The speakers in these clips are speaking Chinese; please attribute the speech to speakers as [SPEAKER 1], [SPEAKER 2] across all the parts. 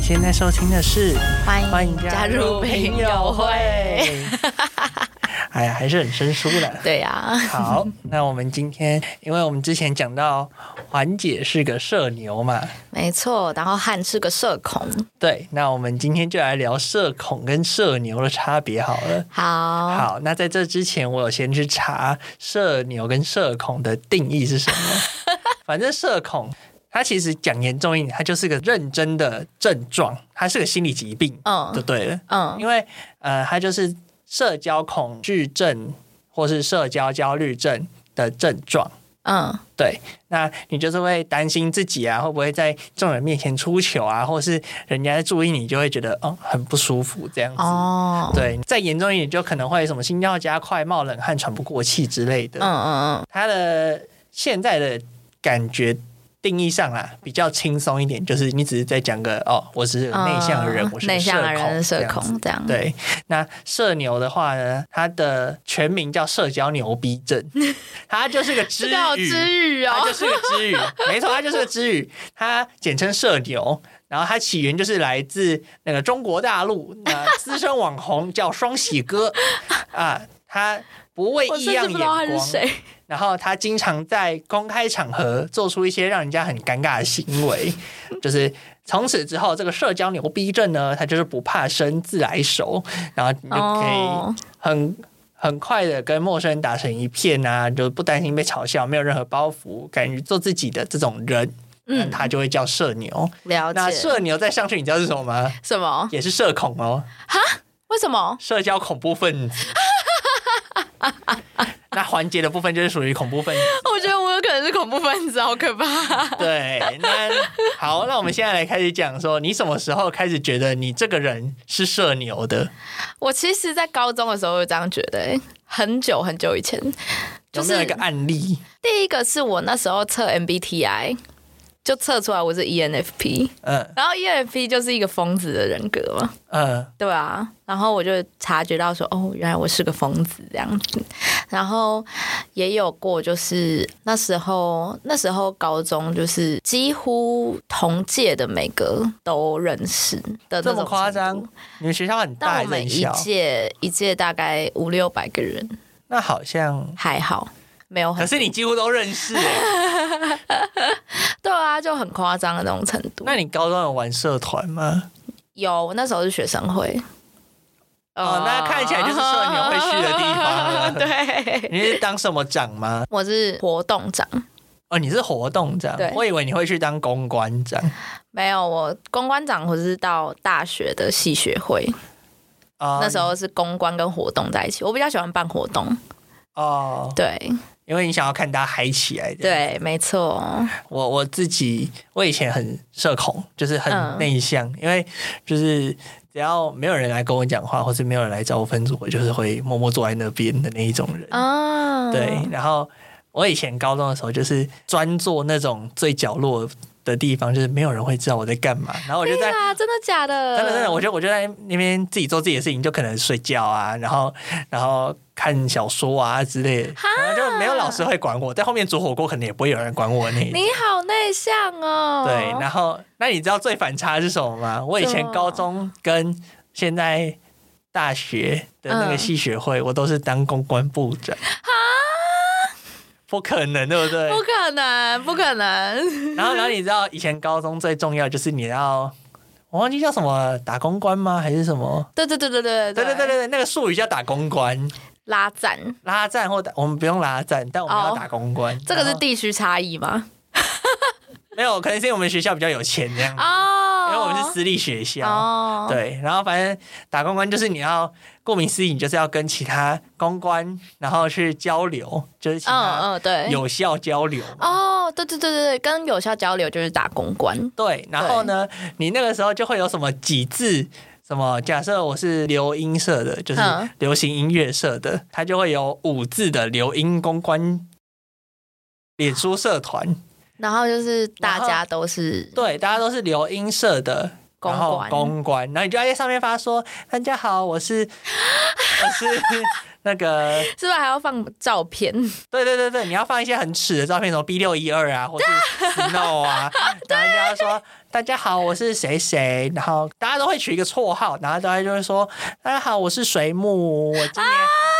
[SPEAKER 1] 现在收听的是
[SPEAKER 2] 欢迎加入朋友 会。
[SPEAKER 1] 哎呀，还是很生疏的。
[SPEAKER 2] 对啊呀、
[SPEAKER 1] 好， 那我们今天，因为我们之前讲到环姐是个社牛嘛，
[SPEAKER 2] 没错。然后汉是个社恐，
[SPEAKER 1] 对，那我们今天就来聊社恐跟社牛的差别好了。
[SPEAKER 2] 好，
[SPEAKER 1] 好，那在这之前，我有先去查社牛跟社恐的定义是什么。 反正社恐，它其实讲严重一点，它就是个认真的症状，它是个心理疾病，就
[SPEAKER 2] 嗯
[SPEAKER 1] 对了。
[SPEAKER 2] 嗯
[SPEAKER 1] 因为呃，它就是社交恐惧症或是社交焦虑症的症状。
[SPEAKER 2] 嗯
[SPEAKER 1] 对，那你就是会担心自己啊，会不会在众人面前出糗啊，或是人家在注意你，就会觉得哦很不舒服这样子。
[SPEAKER 2] 哦，
[SPEAKER 1] 对，再严重一点就可能会什么心跳加快、冒冷汗、喘不过气之类的。
[SPEAKER 2] 嗯嗯
[SPEAKER 1] 它的现在的感觉定义上啦，比较轻松一点，就是你只是在讲个哦，我只是
[SPEAKER 2] 嗯，
[SPEAKER 1] 内向的人，
[SPEAKER 2] 嗯
[SPEAKER 1] 我是
[SPEAKER 2] 内向
[SPEAKER 1] 社
[SPEAKER 2] 的人
[SPEAKER 1] 恐
[SPEAKER 2] 社
[SPEAKER 1] 这样子
[SPEAKER 2] 恐这样，
[SPEAKER 1] 对，那社牛的话呢，它的全名叫社交牛逼 症，它就是个
[SPEAKER 2] 这
[SPEAKER 1] 之
[SPEAKER 2] 叫
[SPEAKER 1] 语，
[SPEAKER 2] 知语
[SPEAKER 1] 它
[SPEAKER 2] 哦
[SPEAKER 1] 就，是个之语，没错，它就是个之语，它简称社牛。然后它起源就是来自那个中国大陆，那资深网红叫双喜哥 啊，他不畏
[SPEAKER 2] 我
[SPEAKER 1] 异
[SPEAKER 2] 甚至
[SPEAKER 1] 样
[SPEAKER 2] 不
[SPEAKER 1] 眼
[SPEAKER 2] 知道他
[SPEAKER 1] 光，
[SPEAKER 2] 是谁。
[SPEAKER 1] 然后他经常在公开场合做出一些让人家很尴尬的行为，就是从此之后，这个社交牛逼症呢，他就是不怕生，自来熟，然后 你就可以
[SPEAKER 2] 哦，
[SPEAKER 1] 很很快的跟陌生人打成一片啊，就不担心被嘲笑，没有任何包袱，敢于做自己的这种人，嗯，
[SPEAKER 2] 嗯
[SPEAKER 1] 他就会叫社牛。
[SPEAKER 2] 了
[SPEAKER 1] 那
[SPEAKER 2] 解。
[SPEAKER 1] 社牛再上去，你知道是什么吗？
[SPEAKER 2] 什么？
[SPEAKER 1] 也是社恐哦，
[SPEAKER 2] 为什 么？
[SPEAKER 1] 社交恐怖 分子。那环节的部分就是属于恐怖分子。
[SPEAKER 2] 我觉得我有可能是恐怖分子，好可怕。
[SPEAKER 1] 对，那好，那我们现在来开始讲说，你什么时候开始觉得你这个人是社牛的？
[SPEAKER 2] 我其实，在高中的时候就这样觉得、欸很久很久以前，就
[SPEAKER 1] 有
[SPEAKER 2] 是
[SPEAKER 1] 没有一个案例？
[SPEAKER 2] 第一个是我那时候测 MBTI，就测出来我是 E ENFP，
[SPEAKER 1] 嗯
[SPEAKER 2] 然后 E ENFP 就是一个疯子的人格嘛，
[SPEAKER 1] 嗯，
[SPEAKER 2] 对啊，然后我就察觉到说，哦，原来我是个疯子这样子，然后也有过就是那时候那时候高中就是几乎同届的每个都认识的那
[SPEAKER 1] 这
[SPEAKER 2] 种
[SPEAKER 1] 么夸
[SPEAKER 2] 程
[SPEAKER 1] 张
[SPEAKER 2] 度？？
[SPEAKER 1] 你们学校很大
[SPEAKER 2] 但
[SPEAKER 1] 还
[SPEAKER 2] 我
[SPEAKER 1] 是
[SPEAKER 2] 们
[SPEAKER 1] 很
[SPEAKER 2] 一
[SPEAKER 1] 小？
[SPEAKER 2] 届一届大概五六百个人，
[SPEAKER 1] 那好像，
[SPEAKER 2] 还好没有
[SPEAKER 1] 可
[SPEAKER 2] 很
[SPEAKER 1] 是你几乎都认识欸。
[SPEAKER 2] 对啊，就很夸张的那种程度。
[SPEAKER 1] 那你高中有玩社团吗？
[SPEAKER 2] 有，我那时候是学生会。
[SPEAKER 1] 哦那看起来就是社牛会去的地方了
[SPEAKER 2] 对，
[SPEAKER 1] 你是当什么长吗？
[SPEAKER 2] 我是活动长，
[SPEAKER 1] 哦，你是活动长
[SPEAKER 2] 对，
[SPEAKER 1] 我以为你会去当公关长。
[SPEAKER 2] 没有我公关长，我是到大学的系学会，
[SPEAKER 1] 哦
[SPEAKER 2] 那时候是公关跟活动在一起。我比较喜欢办活动，
[SPEAKER 1] 哦，
[SPEAKER 2] 对
[SPEAKER 1] 因为你想要看大家嗨起来。，
[SPEAKER 2] 对，没错，
[SPEAKER 1] 我我自己，我以前很社恐，就是很
[SPEAKER 2] 嗯
[SPEAKER 1] 内向，因为就是只要没有人来跟我讲话，或是没有人来找我分组，我就是会默默坐在那边的那一种人。
[SPEAKER 2] 啊，
[SPEAKER 1] 对，然后我以前高中的时候，就是专做那种最角落的地方，就是没有人会知道我在干嘛，然后我就在
[SPEAKER 2] 对。啊，真的假的？
[SPEAKER 1] 真的真的，我就我就在那边自己做自己的事情，就可能睡觉啊，然后然后看小说啊之类的，然后就没有老师会管我，在后面煮火锅可能也不会有人管我那一种。
[SPEAKER 2] 你好内向哦，
[SPEAKER 1] 对，然后那你知道最反差是什么吗？我以前
[SPEAKER 2] 什么
[SPEAKER 1] 高中跟现在大学的那个
[SPEAKER 2] 嗯
[SPEAKER 1] 系学会，我都是当公关部长。不可能，对不对？
[SPEAKER 2] 不可能，不可能，
[SPEAKER 1] 然后，然后你知道以前高中最重要就是你要，我忘记叫什么打公关吗？还是什么？
[SPEAKER 2] 对对对对对
[SPEAKER 1] 对对对对，对，那个术语叫打公关，
[SPEAKER 2] 拉赞，
[SPEAKER 1] 拉赞或打，我们不用拉赞，但我们要
[SPEAKER 2] 哦
[SPEAKER 1] 打公关。
[SPEAKER 2] 这个
[SPEAKER 1] 然
[SPEAKER 2] 是
[SPEAKER 1] 后
[SPEAKER 2] 地区差异吗？
[SPEAKER 1] 没有，可能是因为我们学校比较有钱这样，
[SPEAKER 2] 哦，
[SPEAKER 1] 嗯因为我们是私立学校。
[SPEAKER 2] 哦，
[SPEAKER 1] 对，然后反正打公关就是你要，顾名思义，你就是要跟其他公关，然后去交流，就是其他
[SPEAKER 2] 嗯嗯，对，
[SPEAKER 1] 有效交流。
[SPEAKER 2] 哦，对对对对对，跟有效交流就是打公关，
[SPEAKER 1] 对，然后呢，你那个时候就会有什么几字。什么？假设我是流音社的，就是
[SPEAKER 2] 嗯
[SPEAKER 1] 流行音乐社的，它就会有五字的流音公关脸书社团。
[SPEAKER 2] 然后就是大
[SPEAKER 1] 然后
[SPEAKER 2] 家都是
[SPEAKER 1] 对，大家都是流音社的，
[SPEAKER 2] 公
[SPEAKER 1] 然后
[SPEAKER 2] 关
[SPEAKER 1] 公关，然后你就在上面发说：“大家好，我是我 是那个，
[SPEAKER 2] 是不是还要放照片？
[SPEAKER 1] 对对对对，你要放一些很耻的照片，什么 B 六一二啊，或是 Snow 啊，然后人家就说大家好，我是谁谁，然后大家都会取一个绰号，然后大家就会说大家好，我是水母，我今年、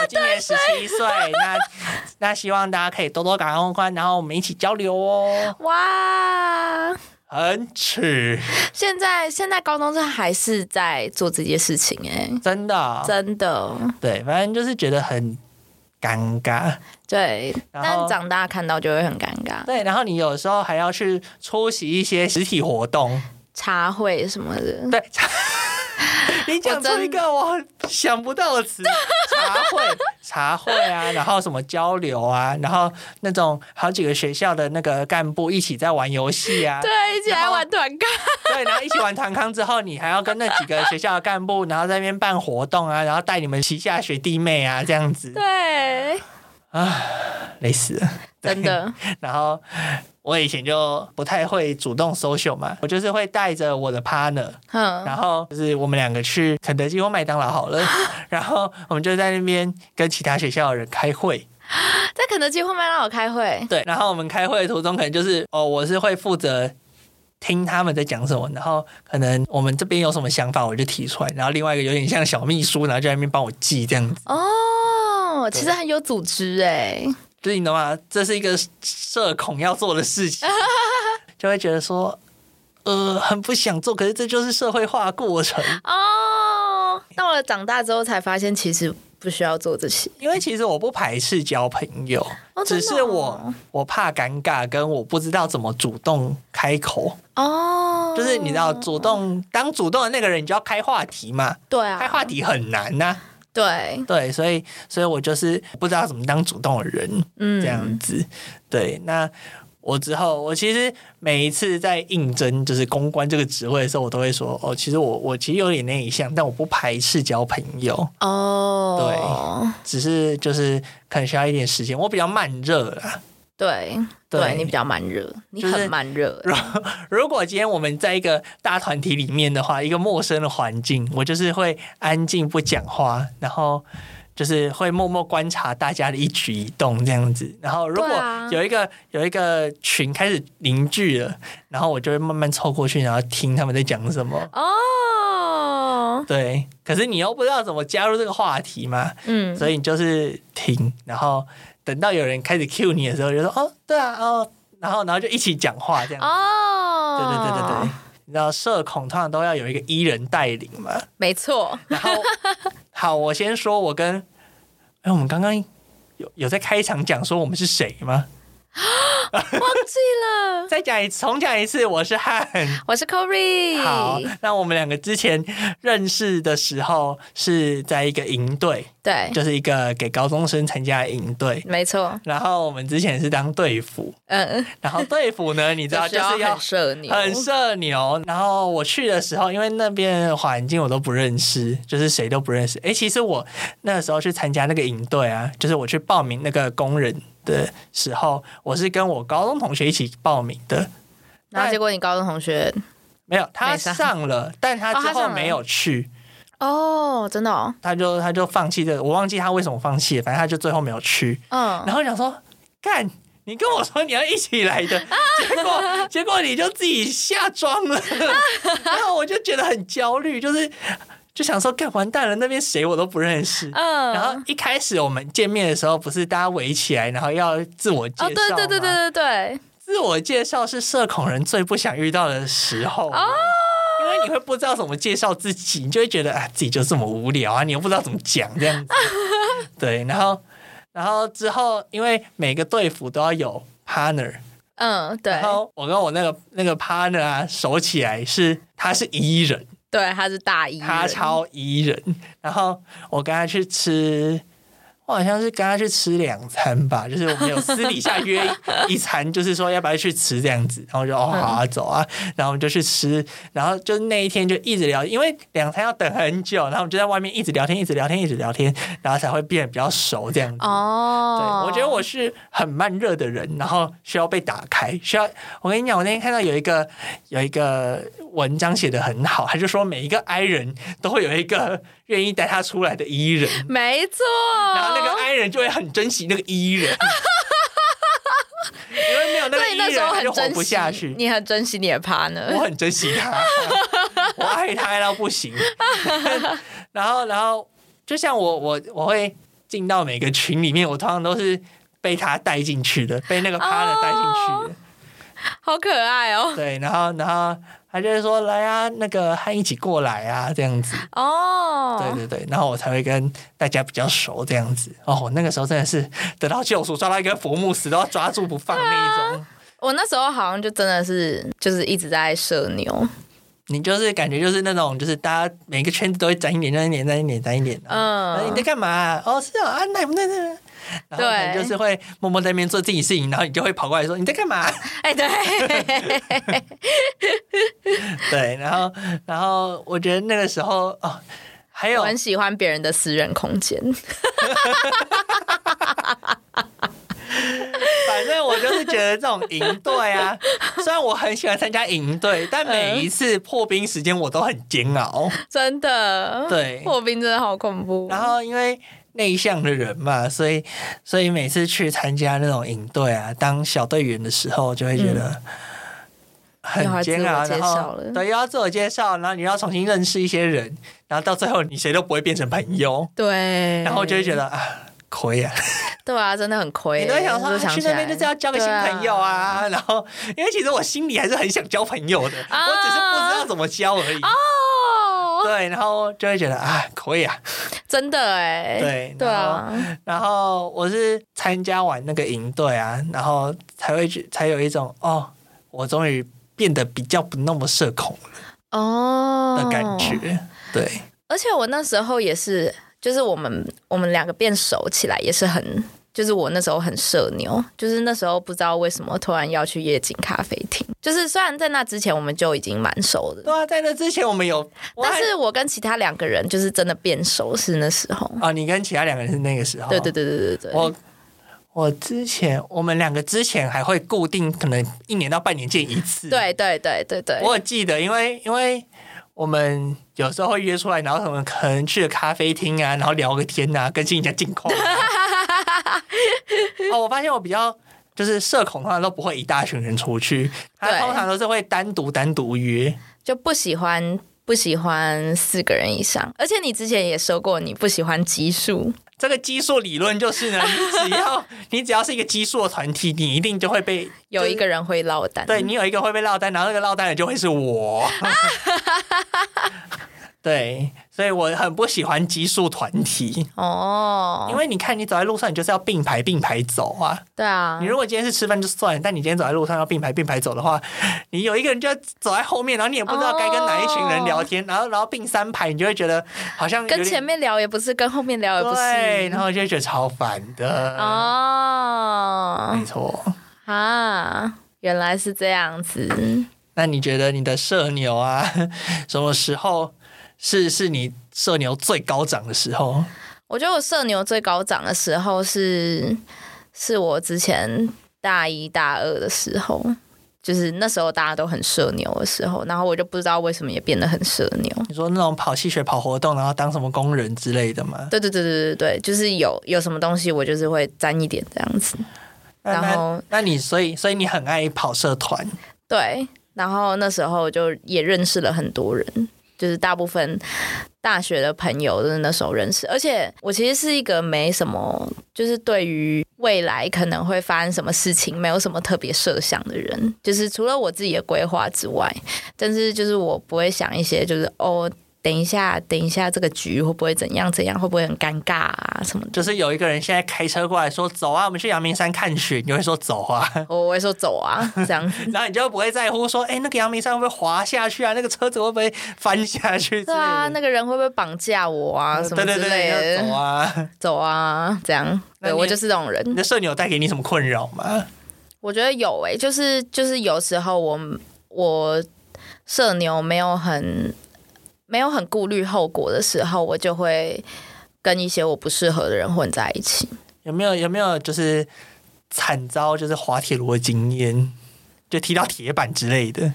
[SPEAKER 1] 我今年十七岁，那那希望大家可以多多感恩公关，然后我们一起交流哦，
[SPEAKER 2] 哇！
[SPEAKER 1] 很耻，
[SPEAKER 2] 现在现在高中生还是在做这件事情哎、
[SPEAKER 1] 真的啊、
[SPEAKER 2] 真的
[SPEAKER 1] 对，反正就是觉得很尴尬。”
[SPEAKER 2] 对，
[SPEAKER 1] 然
[SPEAKER 2] 但
[SPEAKER 1] 后
[SPEAKER 2] 长大看到就会很尴尬，
[SPEAKER 1] 对，然后你有时候还要去出席一些实体活动。
[SPEAKER 2] 茶会什么 的，
[SPEAKER 1] 对，你讲出一个我想不到的词，茶会、茶会啊，然后什么交流啊，然后那种好几个学校的那个干部一起在玩游戏啊，
[SPEAKER 2] 对，一起来
[SPEAKER 1] 然后
[SPEAKER 2] 玩团康，
[SPEAKER 1] 对，然后一起玩团康之后，你还要跟那几个学校的干部，然后在那边办活动啊，然后带你们旗下学弟妹啊，这样子，
[SPEAKER 2] 对，
[SPEAKER 1] 累死了。
[SPEAKER 2] 真的，
[SPEAKER 1] 然后我以前就不太会主动 social 嘛，我就是会带着我的 partner，
[SPEAKER 2] 嗯，
[SPEAKER 1] 然后就是我们两个去肯德基或麦当劳好了，然后我们就在那边跟其他学校的人开会。
[SPEAKER 2] 在肯德基会麦当劳开会，
[SPEAKER 1] 对，然后我们开会的途中可能就是哦，我是会负责。听他们在讲什么，然后可能我们这边有什么想法，我就提出来，然后另外一个有点像小秘书，然后就在那边帮我记这样子，
[SPEAKER 2] 哦，其实很有组织哎、
[SPEAKER 1] 就是你懂吗？这是一个社恐要做的事情，就会觉得说，呃，很不想做，可是这就是社会化过程，
[SPEAKER 2] 哦，到了长大之后才发现其实不需要做这些，
[SPEAKER 1] 因为其实我不排斥交朋友，
[SPEAKER 2] 哦真
[SPEAKER 1] 只
[SPEAKER 2] 的
[SPEAKER 1] 是
[SPEAKER 2] 哦
[SPEAKER 1] 我我怕尴尬，跟我不知道怎么主动开口。
[SPEAKER 2] 哦，
[SPEAKER 1] 就是你知道，主动当主动的那个人，你就要开话题嘛，
[SPEAKER 2] 对
[SPEAKER 1] 开
[SPEAKER 2] 啊，
[SPEAKER 1] 话题很难呐、
[SPEAKER 2] 对，
[SPEAKER 1] 对，所以所以我就是不知道怎么当主动的人
[SPEAKER 2] 嗯，
[SPEAKER 1] 这样子。对，那。我之后，我其实每一次在应征就是公关这个职位的时候，我都会说哦，其实我我其实有点内向，但我不排斥交朋友，
[SPEAKER 2] 哦，
[SPEAKER 1] 只是就是可能需要一点时间。我比较慢热啦，
[SPEAKER 2] 对对
[SPEAKER 1] 对
[SPEAKER 2] 你比较慢热，你
[SPEAKER 1] 就是
[SPEAKER 2] 很慢热、欸
[SPEAKER 1] 如果今天我们在一个大团体里面的话，一个陌生的环境，我就是会安静不讲话，然后就是会默默观察大家的一举一动这样子。然后如果
[SPEAKER 2] 对啊
[SPEAKER 1] 有一个、有一个群开始凝聚了，然后我就会慢慢凑过去，然后听他们在讲什么。
[SPEAKER 2] 哦，
[SPEAKER 1] 对，可是你又不知道怎么加入这个话题嘛，
[SPEAKER 2] 嗯，
[SPEAKER 1] 所以你就是听，然后等到有人开始 cue 你的时候，就说哦，对啊，哦，然后然后就一起讲话这样子
[SPEAKER 2] 哦，
[SPEAKER 1] 对对对对对，，你知道社恐通常都要有一个伊人带领嘛。
[SPEAKER 2] 没错，
[SPEAKER 1] 然后，好，我先说，我跟哎，我们刚刚有有在开场讲说我们是谁吗？
[SPEAKER 2] 忘记了，
[SPEAKER 1] 再讲一次，重讲一次，我是汉。
[SPEAKER 2] 我是 Corey，
[SPEAKER 1] 好，那我们两个之前认识的时候是在一个营队，
[SPEAKER 2] 对，
[SPEAKER 1] 就是一个给高中生参加的营队。
[SPEAKER 2] 没错，
[SPEAKER 1] 然后我们之前是当队服，
[SPEAKER 2] 嗯，
[SPEAKER 1] 然后队服呢，你知 道就
[SPEAKER 2] 要
[SPEAKER 1] 是要
[SPEAKER 2] 很社牛，
[SPEAKER 1] 很社牛。然后我去的时候，因为那边的环境我都不认识，就是谁都不认识。诶，其实我那时候去参加那个营队啊，就是我去报名那个工人的时候，我是跟我高中同学一起报名的。
[SPEAKER 2] 然后结果你高中同学，
[SPEAKER 1] 没有，他
[SPEAKER 2] 没上
[SPEAKER 1] 上了，但他
[SPEAKER 2] 哦
[SPEAKER 1] 之
[SPEAKER 2] 他上
[SPEAKER 1] 后
[SPEAKER 2] 了
[SPEAKER 1] 没有去，
[SPEAKER 2] 哦，真的哦，
[SPEAKER 1] 他就他就放弃的。我忘记他为什么放弃了，反正他就最后没有去。
[SPEAKER 2] 嗯，
[SPEAKER 1] 然后想说，干，你跟我说你要一起来的，
[SPEAKER 2] 啊
[SPEAKER 1] 结果结果你就自己下妆了，
[SPEAKER 2] 啊
[SPEAKER 1] 然后我就觉得很焦虑，就是就想说，干完蛋了，那边谁我都不认识。
[SPEAKER 2] 嗯，
[SPEAKER 1] 然后一开始我们见面的时候，不是大家围起来，然后要自我介绍
[SPEAKER 2] 哦，
[SPEAKER 1] 吗？
[SPEAKER 2] 对对对对对对，
[SPEAKER 1] 自我介绍是社恐人最不想遇到的时候。因为你会不知道怎么介绍自己，你就会觉得啊，自己就这么无聊啊，你又不知道怎么讲这样子。对，然后，然后之后，因为每个队服都要有 partner，
[SPEAKER 2] 嗯，对
[SPEAKER 1] 然后我跟我那个那个 partner 啊熟起来是，他是 E 人，
[SPEAKER 2] 对，他是大一人，
[SPEAKER 1] 他超 E 人。然后我跟他去吃，我好像是跟他去吃两餐吧，就是我们有私底下约一餐，就是说要不要去吃这样子。然后我就哦好啊走啊，然后我们就去吃，然后就是那一天就一直聊，因为两餐要等很久，然后我们就在外面一直聊天，一直聊天，一直聊天，然后才会变得比较熟这样子。
[SPEAKER 2] 哦，
[SPEAKER 1] 对，我觉得我我是很慢热的人，然后需要被打开，需要我跟你讲，我那天看到有一个有一个文章写的很好，他就说每一个 I 人都会有一个 愿意带他出来的 E 人，
[SPEAKER 2] 没错。
[SPEAKER 1] 然后那
[SPEAKER 2] 哦
[SPEAKER 1] 个 I 人就会很珍惜那个 E 人。因为没有那
[SPEAKER 2] 所
[SPEAKER 1] 个
[SPEAKER 2] 以
[SPEAKER 1] E
[SPEAKER 2] 那时
[SPEAKER 1] 人，
[SPEAKER 2] 候
[SPEAKER 1] 他
[SPEAKER 2] 很
[SPEAKER 1] 就活
[SPEAKER 2] 珍惜，
[SPEAKER 1] 不下去。
[SPEAKER 2] 你很珍惜你的 partner，
[SPEAKER 1] 我很珍惜他，我爱他爱到不行。 然后，然后就像我，我我会进到每个群里面，我通常都是被他带进去的，被那个 partner 带进去的。
[SPEAKER 2] 好可爱哦、
[SPEAKER 1] 对，然后，然后他就会说：“来啊，那个和一起过来啊，这样子。”
[SPEAKER 2] 哦、
[SPEAKER 1] 对对对，然后我才会跟大家比较熟这样子。哦，我那个时候真的是得到救赎，抓到一个佛木死都要抓住不放那一种。
[SPEAKER 2] 我那时候好像就真的是就是一直在社牛，
[SPEAKER 1] 你就是感觉就是那种，就是大家每个圈子都会沾一点，沾一点，沾一点，沾一点。
[SPEAKER 2] 嗯
[SPEAKER 1] 嗯，你在干嘛、哦，是啊，啊，那那那，然后可能
[SPEAKER 2] 对
[SPEAKER 1] 就是会默默在那边做自己事情，然后你就会跑过来说你在干嘛？
[SPEAKER 2] 哎、对，
[SPEAKER 1] 对，然后然后我觉得那个时候哦，还有
[SPEAKER 2] 我很喜欢别人的私人空间，
[SPEAKER 1] 反正我就是觉得这种营队啊，虽然我很喜欢参加营队，但每一次破冰时间我都很煎熬。
[SPEAKER 2] 真的，
[SPEAKER 1] 对
[SPEAKER 2] 破冰真的好恐怖。
[SPEAKER 1] 然后因为内向的人嘛，所以所以每次去参加那种营队啊，当小队员的时候，就会觉得很煎熬，
[SPEAKER 2] 嗯又要自我介
[SPEAKER 1] 然
[SPEAKER 2] 绍
[SPEAKER 1] 后
[SPEAKER 2] 了
[SPEAKER 1] 对又要自我介绍，然后你要重新认识一些人，然后到最后你谁都不会变成朋友，
[SPEAKER 2] 对，
[SPEAKER 1] 然后就会觉得啊。亏啊！
[SPEAKER 2] 对啊，真的很亏。
[SPEAKER 1] 你都会想说、
[SPEAKER 2] 就
[SPEAKER 1] 啊去那边
[SPEAKER 2] 起来
[SPEAKER 1] 就是要交个新朋友啊，
[SPEAKER 2] 对
[SPEAKER 1] 然后因为其实我心里还是很想交朋友的，
[SPEAKER 2] 啊
[SPEAKER 1] 我只是不知道怎么交而已。
[SPEAKER 2] 哦，
[SPEAKER 1] 对，然后就会觉得啊，亏啊！
[SPEAKER 2] 真的哎，
[SPEAKER 1] 对
[SPEAKER 2] 对啊，
[SPEAKER 1] 然后我是参加完那个营队啊，然后才会去，才有一种哦，我终于变得比较不那么社恐
[SPEAKER 2] 哦
[SPEAKER 1] 的感觉。对，
[SPEAKER 2] 而且我那时候也是，就是我们我们两个变熟起来也是很，就是我那时候很社牛，就是那时候不知道为什么突然要去夜景咖啡厅，就是虽然在那之前我们就已经蛮熟的
[SPEAKER 1] 对，啊，在那之前我们有，我还
[SPEAKER 2] 但是我跟其他两个人就是真的变熟是那时候，
[SPEAKER 1] 啊，你跟其他两个人是那个时候，啊
[SPEAKER 2] 对对对对对对，
[SPEAKER 1] 哦我。我之前，我们两个之前还会固定，可能一年到半年见一次。，啊
[SPEAKER 2] 对对对对对，
[SPEAKER 1] 我有记得，因为因为我们有时候会约出来，然后我们可能去咖啡厅啊，然后聊个天啊，更新一下近况、啊。 哦，我发现我比较就是社恐，通常都不会一大群人出去，他
[SPEAKER 2] 对
[SPEAKER 1] 通常都是会单独单独约。
[SPEAKER 2] 就不喜欢。不喜欢四个人以上，而且你之前也说过你不喜欢奇数，
[SPEAKER 1] 这个基数理论就是呢，你只要你只要是一个基数的团体，你一定就会被
[SPEAKER 2] 有
[SPEAKER 1] 就
[SPEAKER 2] 一
[SPEAKER 1] 是
[SPEAKER 2] 个人会落单。
[SPEAKER 1] 对你有一个会被落单，然后那个落单的就会是 我。对，所以我很不喜欢基数团体。
[SPEAKER 2] 哦
[SPEAKER 1] 因，为你看，你走在路上，你就是要并排并排走啊。
[SPEAKER 2] 对啊，
[SPEAKER 1] 你如果今天是吃饭就算了，但你今天走在路上要并排并排走的话，你有一个人就要走在后面，然后你也不知道该跟哪一群人聊天，然后然后并三排，你就会觉得好像有
[SPEAKER 2] 哦跟
[SPEAKER 1] 点呃
[SPEAKER 2] 前面聊也不是，跟后面聊也不
[SPEAKER 1] 对，然
[SPEAKER 2] 是。
[SPEAKER 1] 后就会觉得超烦的。
[SPEAKER 2] 哦
[SPEAKER 1] 没错。
[SPEAKER 2] 啊，原来是这样子。
[SPEAKER 1] 那你觉得你的社牛啊，什么时候是是你社牛最高涨的时候？
[SPEAKER 2] 我觉得我社牛最高涨的时候是，是我之前大一大二的时候，就是那时候大家都很社牛的时候，然后我就不知道为什么也变得很社牛。
[SPEAKER 1] 你说那种跑戏学跑活动，然后当什么工人之类的吗？
[SPEAKER 2] 对对对对对对，就是有有什么东西我就是会沾一点这样子。
[SPEAKER 1] 那
[SPEAKER 2] 然后
[SPEAKER 1] 那那你所以所以你很爱跑社团。
[SPEAKER 2] 对，然后那时候就也认识了很多人，就是大部分大学的朋友都是那时候认识。而且我其实是一个没什么，就是对于未来可能会发生什么事情，没有什么特别设想的人。就是除了我自己的规划之外，但是就是我不会想一些，就是哦。等一下，等一下，这个局会不会怎样怎样？会不会很尴尬啊什么的？
[SPEAKER 1] 就是有一个人现在开车过来说：“走啊，我们去阳明山看雪。”你就会说：“走啊。
[SPEAKER 2] 我会说走啊，这样子。”
[SPEAKER 1] 然后你就不会在乎说：“哎、那个阳明山会不会滑下去啊？那个车子会不会翻下去之
[SPEAKER 2] 对
[SPEAKER 1] 类的？”
[SPEAKER 2] 啊，那个人会不会绑架我啊？什么
[SPEAKER 1] 对呃对
[SPEAKER 2] 之类
[SPEAKER 1] 对，
[SPEAKER 2] 的
[SPEAKER 1] 你就？走啊！
[SPEAKER 2] 走啊，这样。
[SPEAKER 1] 那
[SPEAKER 2] 对
[SPEAKER 1] 你
[SPEAKER 2] 我就是这种人
[SPEAKER 1] 你，的社牛带给你什么困扰吗？
[SPEAKER 2] 我觉得有诶、就是就是有时候我我社牛没有很没有很顾虑后果的时候，我就会跟一些我不适合的人混在一起。
[SPEAKER 1] 有没有有没有就是惨遭就是滑铁卢的经验？就踢到铁板之类的，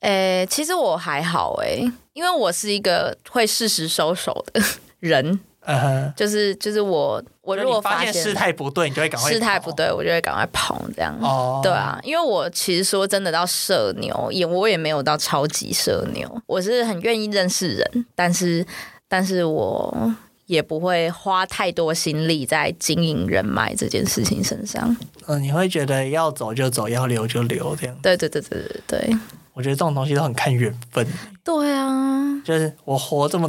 [SPEAKER 2] 诶、其实我还好诶、因为我是一个会适时收手的人，
[SPEAKER 1] 嗯哼。
[SPEAKER 2] 就是就是我我如
[SPEAKER 1] 就
[SPEAKER 2] 果
[SPEAKER 1] 你发
[SPEAKER 2] 现
[SPEAKER 1] 现事态不对，你就会赶快
[SPEAKER 2] 事态
[SPEAKER 1] 跑
[SPEAKER 2] 不对，我就会赶快跑这样。
[SPEAKER 1] 哦，
[SPEAKER 2] 对，啊，因为我其实说真的到社牛，也我也没有到超级社牛，我是很愿意认识人，但是但是我也不会花太多心力在经营人脉这件事情身上。
[SPEAKER 1] 嗯，你会觉得要走就走，要留就留这样。
[SPEAKER 2] 对对对对对对
[SPEAKER 1] 我觉得这种东西都很看缘分，
[SPEAKER 2] 对啊，
[SPEAKER 1] 就是我活这么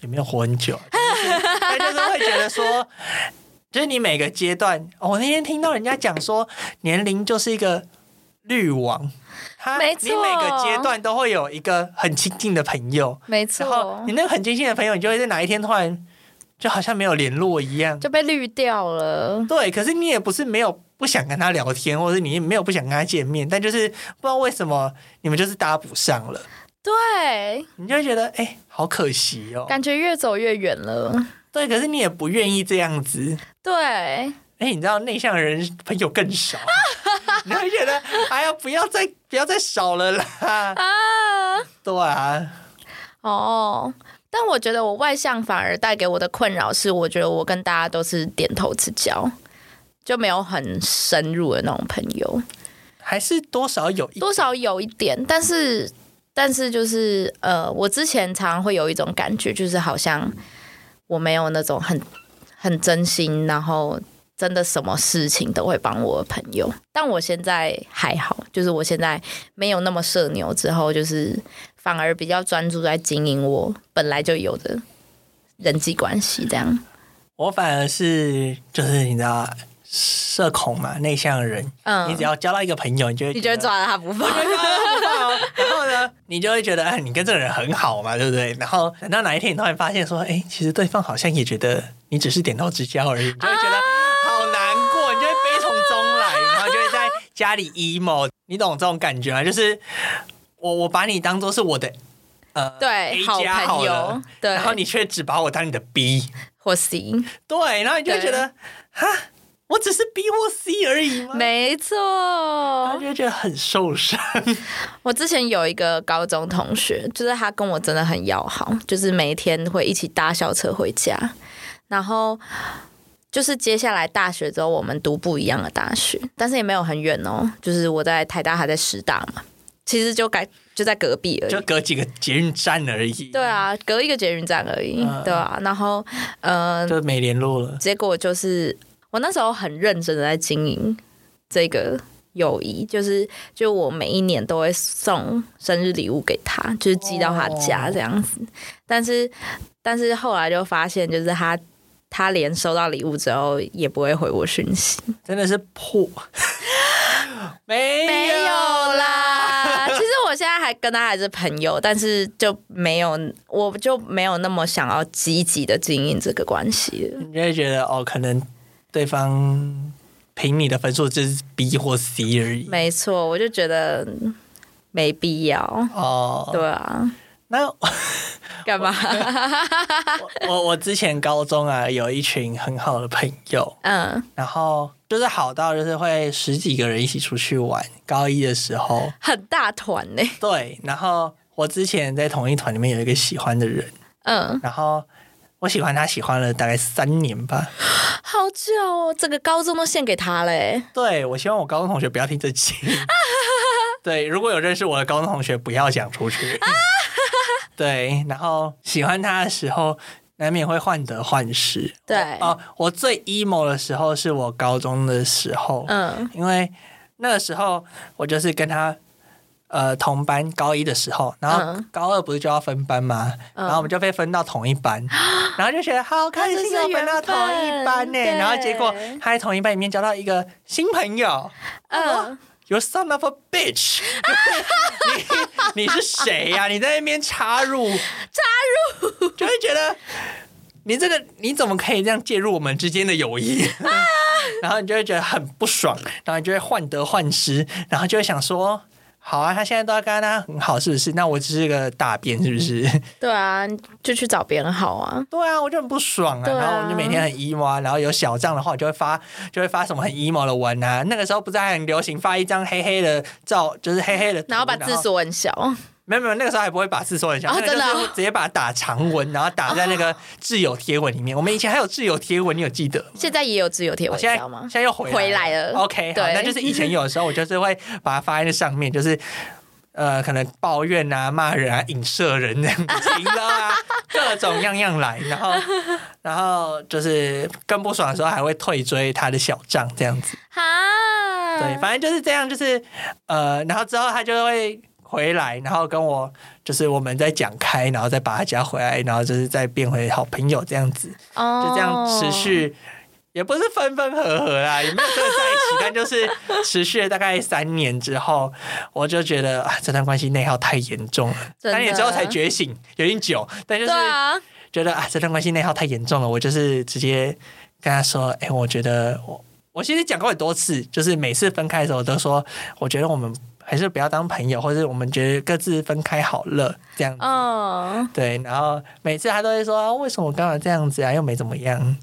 [SPEAKER 1] 也没有活很久啊，就是但就是会觉得说，就是你每个阶段，哦我那天听到人家讲说，年龄就是一个滤网，他
[SPEAKER 2] 没
[SPEAKER 1] 你每个
[SPEAKER 2] 错
[SPEAKER 1] 阶段都会有一个很亲近的朋友，
[SPEAKER 2] 没
[SPEAKER 1] 然后
[SPEAKER 2] 错
[SPEAKER 1] 你，那个很亲近的朋友，你就会在哪一天突然就好像没有联络一样，
[SPEAKER 2] 就被绿掉了。
[SPEAKER 1] 对，可是你也不是没有不想跟他聊天，或者是你也没有不想跟他见面，但就是不知道为什么你们就是搭不上了，
[SPEAKER 2] 对，
[SPEAKER 1] 你就会觉得哎、好可惜哦。
[SPEAKER 2] 感觉越走越远了。
[SPEAKER 1] 对，可是你也不愿意这样子。
[SPEAKER 2] 对，
[SPEAKER 1] 哎、你知道内向的人朋友更少， 你会觉得哎呀，不要再不要再少了啦。
[SPEAKER 2] 啊，
[SPEAKER 1] 对啊，
[SPEAKER 2] 哦，但我觉得我外向反而带给我的困扰是，我觉得我跟大家都是点头之交，就没有很深入的那种朋友，
[SPEAKER 1] 还是多少有一
[SPEAKER 2] 多少有一点，但是但是就是呃，我之前常常会有一种感觉，就是好像我没有那种很很真心，然后。真的什么事情都会帮我的朋友，但我现在还好，就是我现在没有那么社牛，之后就是反而比较专注在经营我本来就有的人际关系，这样。
[SPEAKER 1] 我反而是就是你知道社恐嘛，内向的人，
[SPEAKER 2] 嗯，
[SPEAKER 1] 你只要交到一个朋友，你就会
[SPEAKER 2] 你
[SPEAKER 1] 觉
[SPEAKER 2] 就会
[SPEAKER 1] 得
[SPEAKER 2] 抓着他不放。
[SPEAKER 1] 然后呢，你就会觉得，哎，你跟这个人很好嘛，对哎不对？然后等到哪一天你突然发现说，哎，其实对方好像也觉得你只是点头之交而已，你就会觉得
[SPEAKER 2] 啊
[SPEAKER 1] 好难过，你就会悲从中来，然后就会在家里 emo，你懂这种感觉吗？就是我我把你当做是我的呃
[SPEAKER 2] 对，
[SPEAKER 1] A
[SPEAKER 2] 好
[SPEAKER 1] 加
[SPEAKER 2] 朋
[SPEAKER 1] 了
[SPEAKER 2] 友，，对，
[SPEAKER 1] 然后你却只把我当你的 B，
[SPEAKER 2] 或 C，
[SPEAKER 1] 对，然后你就会觉得，哈，我只是 B 或 C 而已吗？
[SPEAKER 2] 没错。
[SPEAKER 1] 然后就会觉得很受伤。
[SPEAKER 2] 我之前有一个高中同学，就是他跟我真的很要好，就是每天会一起搭校车回家，然后。就是接下来大学之后，我们读不一样的大学，但是也没有很远哦。就是我在台大，他在师大嘛，其实就改就在隔壁而已，
[SPEAKER 1] 就隔几个捷运站而已。
[SPEAKER 2] 对啊，隔一个捷运站而已，
[SPEAKER 1] 嗯
[SPEAKER 2] 对啊。然后，嗯、
[SPEAKER 1] 就没联络了。
[SPEAKER 2] 结果就是我那时候很认真的在经营这个友谊，就是就我每一年都会送生日礼物给他，就是寄到他家
[SPEAKER 1] 哦
[SPEAKER 2] 这样子。但是，但是后来就发现，就是他他连收到礼物之后也不会回我讯息，
[SPEAKER 1] 真的是破， 没
[SPEAKER 2] 没有啦。 其实我现在还跟他还是朋友，但是就没有，我就没有那么想要积极的经营这个关系了。
[SPEAKER 1] 你就会觉得哦，可能对方凭你的分数就是 B 或 C 而已。
[SPEAKER 2] 没错，我就觉得嗯没必要。
[SPEAKER 1] 哦，
[SPEAKER 2] 对啊，
[SPEAKER 1] 那我
[SPEAKER 2] 干嘛？
[SPEAKER 1] 我我之前高中啊，有一群很好的朋友，
[SPEAKER 2] 嗯，
[SPEAKER 1] 然后就是好到就是会十几个人一起出去玩。高一的时候，
[SPEAKER 2] 很大团呢、
[SPEAKER 1] 对，然后我之前在同一团里面有一个喜欢的人，
[SPEAKER 2] 嗯，
[SPEAKER 1] 然后我喜欢他喜欢了大概三年吧。
[SPEAKER 2] 好久哦，这个高中都献给他嘞、
[SPEAKER 1] 对，我希望我高中同学不要听这期。对，如果有认识我的高中同学，不要讲出去。对，然后喜欢他的时候，难免会患得患失。
[SPEAKER 2] 对
[SPEAKER 1] 我哦，我最 emo 的时候是我高中的时候，
[SPEAKER 2] 嗯
[SPEAKER 1] 因为那个时候我就是跟他呃同班，高一的时候，然后
[SPEAKER 2] 嗯
[SPEAKER 1] 高二不是就要分班吗？
[SPEAKER 2] 嗯
[SPEAKER 1] 然后我们就被分到同一 班，然后就觉得好开心
[SPEAKER 2] 那
[SPEAKER 1] 哦，
[SPEAKER 2] 就是缘
[SPEAKER 1] 分到同一班呢。
[SPEAKER 2] 分对
[SPEAKER 1] 然后结果他在同一班里面交到一个新朋友
[SPEAKER 2] 嗯，
[SPEAKER 1] ，You son of a bitch！你你 是谁呀、你在那边插入插入，就会觉得你这个你怎么可以这样介入我们之间的友谊？ 然后你就会觉得很不爽，然后你就会患得患失，然后就会想说。好啊，他现在都要跟他很好，是不是？那我只是个大便，是不是？
[SPEAKER 2] 对啊，就去找别人好啊。
[SPEAKER 1] 对啊，我就很不爽啊。
[SPEAKER 2] 对啊
[SPEAKER 1] 然后我就每天很 emo 啊，然后有小账的话，我就会发，就会发什么很 emo 的文啊。那个时候不是还很流行发一张黑黑的照，就是黑黑的图，
[SPEAKER 2] 然后把字缩很小，
[SPEAKER 1] 没有没有，那个时候还不会把字缩很小，
[SPEAKER 2] 哦
[SPEAKER 1] 那个
[SPEAKER 2] 真的哦哦
[SPEAKER 1] 就是直接把它打长文，然后打在那个挚友贴文里面。我们以前还有挚友贴文，你有记得吗？
[SPEAKER 2] 现在也有自由贴，
[SPEAKER 1] 我
[SPEAKER 2] 我知
[SPEAKER 1] 现在
[SPEAKER 2] 道吗
[SPEAKER 1] 哦现？在又回
[SPEAKER 2] 回来了
[SPEAKER 1] OK，好，
[SPEAKER 2] 对
[SPEAKER 1] 那就是以前有的时候我就是会把它发在那上面，就是。呃，可能抱怨啊、骂人啊、影射人这样子，你知道 吗？各种样样来，然后，然后就是更不爽的时候还会退追他的小账这样子，
[SPEAKER 2] 哈，
[SPEAKER 1] 对，反正就是这样，就是呃，然后之后他就会回来，然后跟我就是我们再讲开，然后再把他加回来，然后就是再变回好朋友这样子。
[SPEAKER 2] 哦
[SPEAKER 1] 就这样持。续，也不是分分合合啦，也没有真的在一起， 但就是持续了大概三年之后，我就觉得啊，这段关系内耗太严重了。
[SPEAKER 2] 真的
[SPEAKER 1] 三年之后才觉醒，有点久，但就
[SPEAKER 2] 对
[SPEAKER 1] 是
[SPEAKER 2] 啊，
[SPEAKER 1] 觉得啊，这段关系内耗太严重了，我就是直接跟他说，哎、我觉得我我其实讲过很多次，就是每次分开的时候，我都说，我觉得我们还是不要当朋友，或者我们觉得各自分开好了，这样子。
[SPEAKER 2] 嗯
[SPEAKER 1] 对，然后每次他都会说，啊为什么我刚好这样子啊，又没怎么样。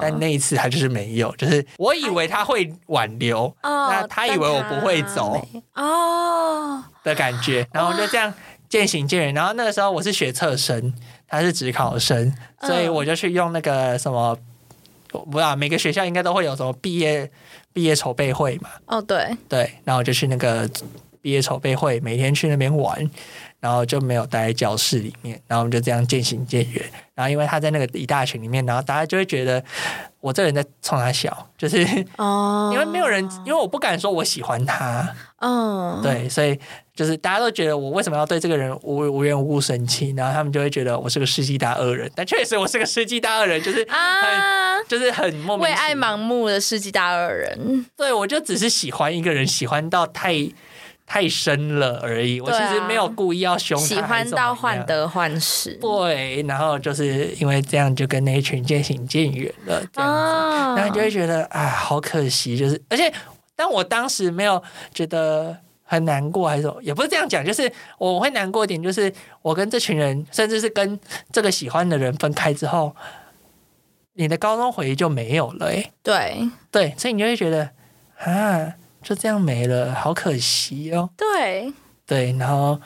[SPEAKER 1] 但
[SPEAKER 2] 嗯，
[SPEAKER 1] 那一次他就是没有，就是我以为他会挽留
[SPEAKER 2] 哦
[SPEAKER 1] 那他以为我不会走
[SPEAKER 2] 但他哦，
[SPEAKER 1] 的感觉，然后我就这样渐行渐远。然后那个时候我是学测生，他是职考生，
[SPEAKER 2] 嗯
[SPEAKER 1] 所以我就去用那个什么，我不知道每个学校应该都会有什么毕业毕业筹备会嘛，
[SPEAKER 2] 哦对，
[SPEAKER 1] 对，然后我就去那个毕业筹备会，每天去那边玩。然后就没有待在教室里面，然后我们就这样渐行渐远。然后因为他在那个一大群里面，然后大家就会觉得我这人在冲他笑，就是
[SPEAKER 2] 哦，
[SPEAKER 1] 因为没有人，因为我不敢说我喜欢他，
[SPEAKER 2] 嗯，
[SPEAKER 1] 对，所以就是大家都觉得我为什么要对这个人无无缘无故生气，然后他们就会觉得我是个世纪大恶人，但确实我是个世纪大恶人， 就是
[SPEAKER 2] 啊，
[SPEAKER 1] 就是很哎莫名
[SPEAKER 2] 为
[SPEAKER 1] 其
[SPEAKER 2] 爱
[SPEAKER 1] 妙，
[SPEAKER 2] 盲目的世纪大恶人，
[SPEAKER 1] 对我就只是喜欢一个人，喜欢到太太深了而已，我
[SPEAKER 2] 对
[SPEAKER 1] 其
[SPEAKER 2] 啊
[SPEAKER 1] 实没有故意要凶他，
[SPEAKER 2] 喜欢到患。得患失。
[SPEAKER 1] 对，然后就是因为这样，就跟那一群渐行渐远了，这样子。
[SPEAKER 2] 啊
[SPEAKER 1] 然后你就会觉得啊，好可惜，就是而且，但我当时没有觉得很难过，还是什么也不是这样讲，就是我会难过一点，就是我跟这群人，甚至是跟这个喜欢的人分开之后，你的高中回忆就没有了、欸，
[SPEAKER 2] 对
[SPEAKER 1] 对，所以你就会觉得啊，就这样没了，好可惜哦，
[SPEAKER 2] 对，
[SPEAKER 1] 对，然后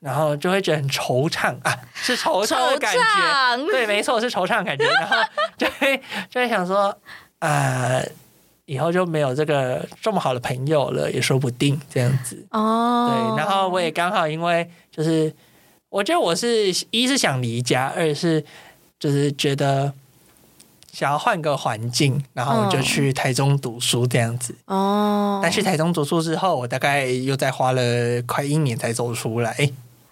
[SPEAKER 1] 然后就会觉得很惆怅啊，是惆怅
[SPEAKER 2] 惆
[SPEAKER 1] 的感觉，
[SPEAKER 2] 怅，
[SPEAKER 1] 对，没错，是惆怅的感觉，然后就会就会想说，啊、以后就没有这个这么好的朋友了，也说不定这样子。对，
[SPEAKER 2] 哦，
[SPEAKER 1] 然后我也刚好因为就是，我觉得我是一是想离家，二是就是觉得想要换个环境，然后我就
[SPEAKER 2] 嗯
[SPEAKER 1] 去台中读书这样子。
[SPEAKER 2] 哦，
[SPEAKER 1] 但去台中读书之后，我大概又再花了快一年才走出来。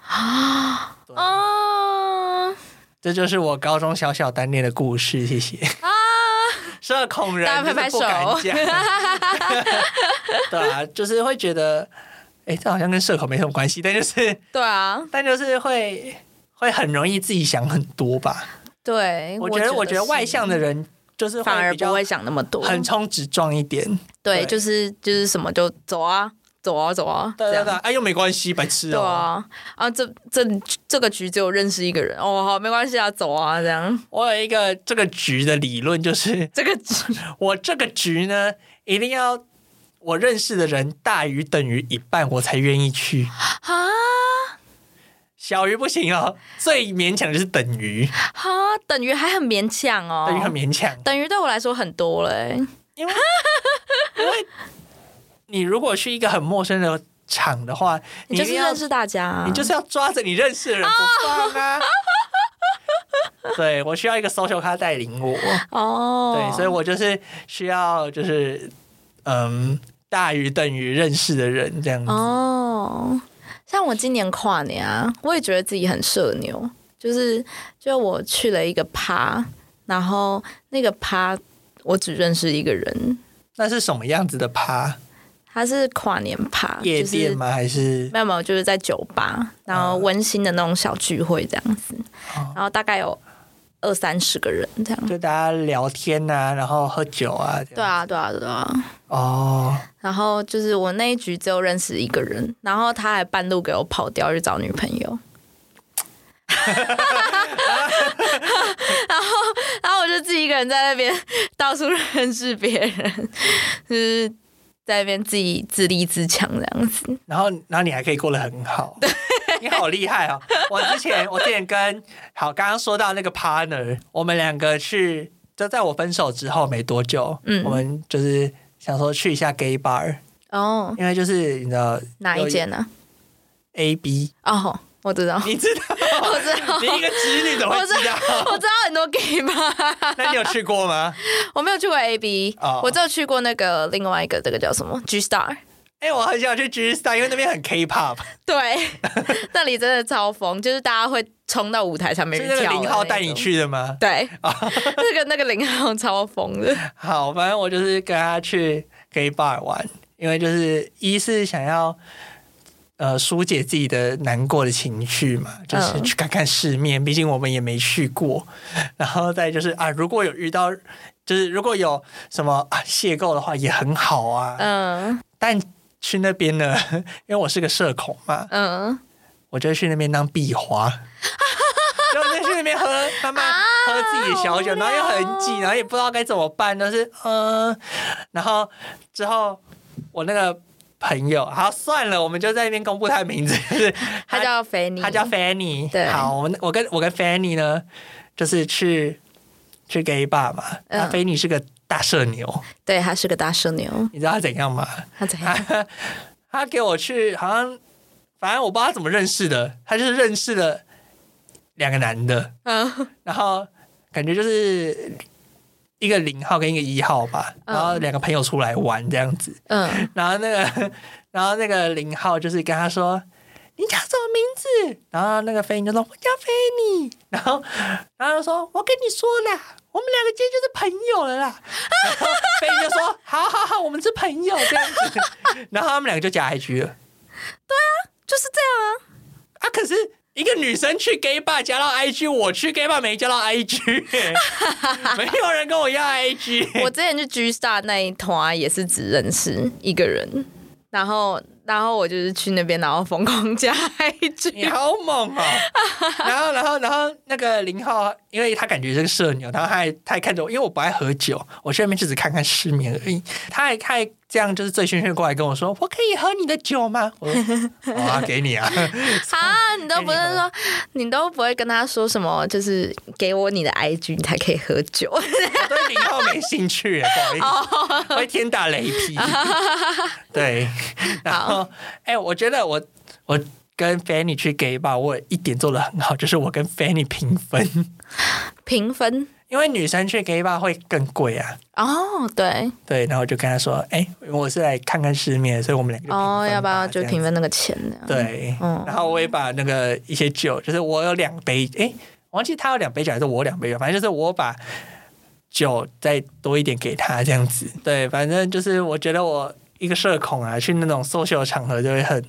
[SPEAKER 2] 啊
[SPEAKER 1] 对
[SPEAKER 2] 哦
[SPEAKER 1] 这就是我高中小小单恋的故事，谢谢。
[SPEAKER 2] 啊，
[SPEAKER 1] 社恐人，
[SPEAKER 2] 大家拍拍手
[SPEAKER 1] 就是不 敢讲对啊，就是会觉得，哎、这好像跟社恐没什么关系，但就是
[SPEAKER 2] 对啊，
[SPEAKER 1] 但就是会会很容易自己想很多吧。
[SPEAKER 2] 对，
[SPEAKER 1] 我觉得我觉得
[SPEAKER 2] 是
[SPEAKER 1] 外向的人就是
[SPEAKER 2] 反而
[SPEAKER 1] 比较
[SPEAKER 2] 不会想那么多，
[SPEAKER 1] 横冲直撞一点，
[SPEAKER 2] 对，
[SPEAKER 1] 对
[SPEAKER 2] 就是就是什么就走啊走啊走啊，
[SPEAKER 1] 对
[SPEAKER 2] 这
[SPEAKER 1] 对
[SPEAKER 2] 样
[SPEAKER 1] 对，哎、又没关系，白痴
[SPEAKER 2] 对
[SPEAKER 1] 哦、
[SPEAKER 2] 啊啊，这这这个局只有认识一个人哦，好没关系啊，走啊这样，
[SPEAKER 1] 我有一个这个局的理论，就是
[SPEAKER 2] 这个局
[SPEAKER 1] 我这个局呢，一定要我认识的人大于等于一半，我才愿意去。
[SPEAKER 2] 啊
[SPEAKER 1] 小于不行哦，最勉强就是等于，
[SPEAKER 2] 啊，等于还很勉强哦，
[SPEAKER 1] 等于很勉强。
[SPEAKER 2] 等于对我来说很多欸嘞、
[SPEAKER 1] 因为因为你如果去一个很陌生的场的话，你
[SPEAKER 2] 你就
[SPEAKER 1] 一
[SPEAKER 2] 是
[SPEAKER 1] 定要
[SPEAKER 2] 认识大家、啊，
[SPEAKER 1] 你就是要抓着你认识的人不放啊。对我需要一个 social 咖带领我，
[SPEAKER 2] 哦，
[SPEAKER 1] 对，所以我就是需要就是嗯大于等于认识的人这样子。
[SPEAKER 2] 哦，像我今年跨年啊，我也觉得自己很社牛，就是就我去了一个趴，然后那个趴我只认识一个人，
[SPEAKER 1] 那是什么样子的趴？
[SPEAKER 2] 他是跨年趴，
[SPEAKER 1] 夜
[SPEAKER 2] 啊就是
[SPEAKER 1] 店吗？还是
[SPEAKER 2] 没有没有，就是
[SPEAKER 1] 哦
[SPEAKER 2] 在酒吧，然后温馨的那种小聚会这样子，然后大概有二三十个人这样。
[SPEAKER 1] 就大家聊天啊，然后喝酒啊，这样
[SPEAKER 2] 对啊，对啊，对啊。
[SPEAKER 1] 哦，
[SPEAKER 2] 然后就是我那一局只有认识一个人，然后他还半路给我跑掉去找女朋友，然后然后我就自己一个人在那边到处认识别人，就是在那边自己自立自强这样子。
[SPEAKER 1] 然后然后你还可以过得很好，你好厉害哦！我之前我之前跟好刚刚说到那个 partner，我们两个去，就在我分手之后没多久，
[SPEAKER 2] 嗯
[SPEAKER 1] 我们就是想说去一下 gay bar，
[SPEAKER 2] 哦，
[SPEAKER 1] 因为就是你知道
[SPEAKER 2] 哪一间呢、
[SPEAKER 1] A B，
[SPEAKER 2] 哦，我知道，
[SPEAKER 1] 你知道，
[SPEAKER 2] 我知 道，
[SPEAKER 1] 你一个直女怎么会知道？
[SPEAKER 2] 我知道很多 gay 吧，
[SPEAKER 1] 那你有去过吗？
[SPEAKER 2] 我没有去过 A B，、
[SPEAKER 1] 哦
[SPEAKER 2] 我只有去过那个另外一个这个叫什么 G Star。
[SPEAKER 1] 哎、我很想去 G Star，因为那边很 K pop，
[SPEAKER 2] 对， 那里真的超疯，就是大家会冲到舞台上面
[SPEAKER 1] 是
[SPEAKER 2] 去
[SPEAKER 1] 那
[SPEAKER 2] 跳。
[SPEAKER 1] 个林浩带你？去的啊吗？
[SPEAKER 2] 对，那个那个林浩超疯的。
[SPEAKER 1] 好，反正我就是跟他去 gay bar 玩，因为就是一是想要呃疏解自己的难过的情绪嘛，就是
[SPEAKER 2] 嗯
[SPEAKER 1] 去看看世面，毕竟我们也没去过。 然后再就是啊，如果有遇到，就是如果有什么啊邂逅的话，也很好啊。
[SPEAKER 2] 嗯
[SPEAKER 1] 但去那边呢， 因为我是个社恐嘛，
[SPEAKER 2] 嗯，
[SPEAKER 1] 我就去那边当壁花。 就去那边喝，慢慢喝自己的小酒，
[SPEAKER 2] 啊
[SPEAKER 1] 然
[SPEAKER 2] 好无聊
[SPEAKER 1] 后又很挤，然后也不知道该怎么办，就是嗯、呃然后之后我那个朋友，好算了，我们就在那边公布他的名字，就是
[SPEAKER 2] 他叫肥尼，
[SPEAKER 1] 他叫 Fanny，
[SPEAKER 2] 对
[SPEAKER 1] 好，我们我跟我跟 Fanny 呢，就是去去 gay bar 嘛，
[SPEAKER 2] 嗯
[SPEAKER 1] 那 Fanny 是个大社牛，
[SPEAKER 2] 对，他是个大社牛，
[SPEAKER 1] 你知道他怎样吗？
[SPEAKER 2] 他怎样？
[SPEAKER 1] 他 他给我去，好像反正我不知道他怎么认识的，他就是认识了两个男的，
[SPEAKER 2] 嗯
[SPEAKER 1] 然后感觉就是一个零号跟一个一号吧，
[SPEAKER 2] 嗯
[SPEAKER 1] 然后两个朋友出来玩这样子，
[SPEAKER 2] 嗯，
[SPEAKER 1] 然后那个然后那个零号就是跟他说。你叫什么名字？然后那个菲尼就说：“我叫菲尼。”然后，然后就说：“我跟你说啦，我们两个今天就是朋友了啦。”然后菲尼就说：“好好好，我们是朋友这样子。”然后他们两个就加 IG 了。
[SPEAKER 2] 就是这样啊。
[SPEAKER 1] 啊，可是一个女生去 gay bar 加到 IG，我去 gay bar 没加到 IG，、没有人跟我要 IG、
[SPEAKER 2] 我之前去 G Star 那一团啊也是只认识一个人，然后然后我就是去那边，然后疯狂加
[SPEAKER 1] 你
[SPEAKER 2] IG。
[SPEAKER 1] 好猛哦！然后，然后，然后那个林浩，因为他感觉是个社牛，然后他还他还看着我，因为我不爱喝酒，我去那边就只看看世面而已。他还他还这样就是醉醺醺地过来跟我说：“我可以喝你的酒吗？”我说：“好啊，给你啊。
[SPEAKER 2] 啊，你都不是说，你都不会跟他说什么，就是给我你的 IG，你才可以喝酒。
[SPEAKER 1] 我对林浩没兴趣，啊不好意思，会天打雷劈。对，然后哎、我觉得我我跟 Fanny 去 gay 吧，我有一点做的很好，就是我跟 Fanny 平分，
[SPEAKER 2] 评分
[SPEAKER 1] 因为女生去 gay 吧会更贵啊。
[SPEAKER 2] 哦，对
[SPEAKER 1] 对，然后我就跟她说，哎、我是来看看世面，所以我们两个就平分吧
[SPEAKER 2] 哦，要不要就平？
[SPEAKER 1] 这样子
[SPEAKER 2] 分那个钱呢？，
[SPEAKER 1] 对，
[SPEAKER 2] 嗯
[SPEAKER 1] 然后我也把那个一些酒，就是我有两杯，哎、我忘记他有两杯酒还是我有两杯酒，反正就是我把酒再多一点给他这样子。对，反正就是我觉得我一个社恐啊，去那种 social 场合就会很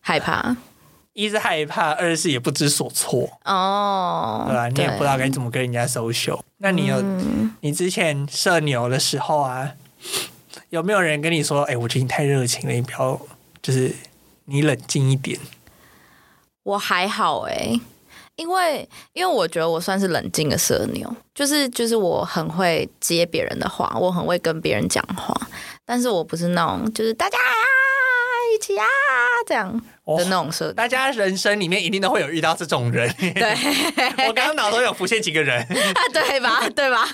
[SPEAKER 2] 害怕
[SPEAKER 1] 一是害怕，二是也不知所措，
[SPEAKER 2] 哦，
[SPEAKER 1] 对吧、啊你也不
[SPEAKER 2] 对
[SPEAKER 1] 知道该怎么跟人家 social。那你有、
[SPEAKER 2] 嗯
[SPEAKER 1] 你之前社牛的时候啊，有没有人跟你说，哎、我觉得你太热情了，你不要就是你冷静一点？
[SPEAKER 2] 我还好哎、因为因为我觉得我算是冷静的社牛，就是就是我很会接别人的话，我很会跟别人讲话，但是我不是那种就是大家啊一起啊这样
[SPEAKER 1] 哦
[SPEAKER 2] 的那种社牛。
[SPEAKER 1] 大家人生里面一定都会有遇到这种人。
[SPEAKER 2] 对
[SPEAKER 1] 我刚刚脑中有浮现几个 人，
[SPEAKER 2] 对吧？对吧？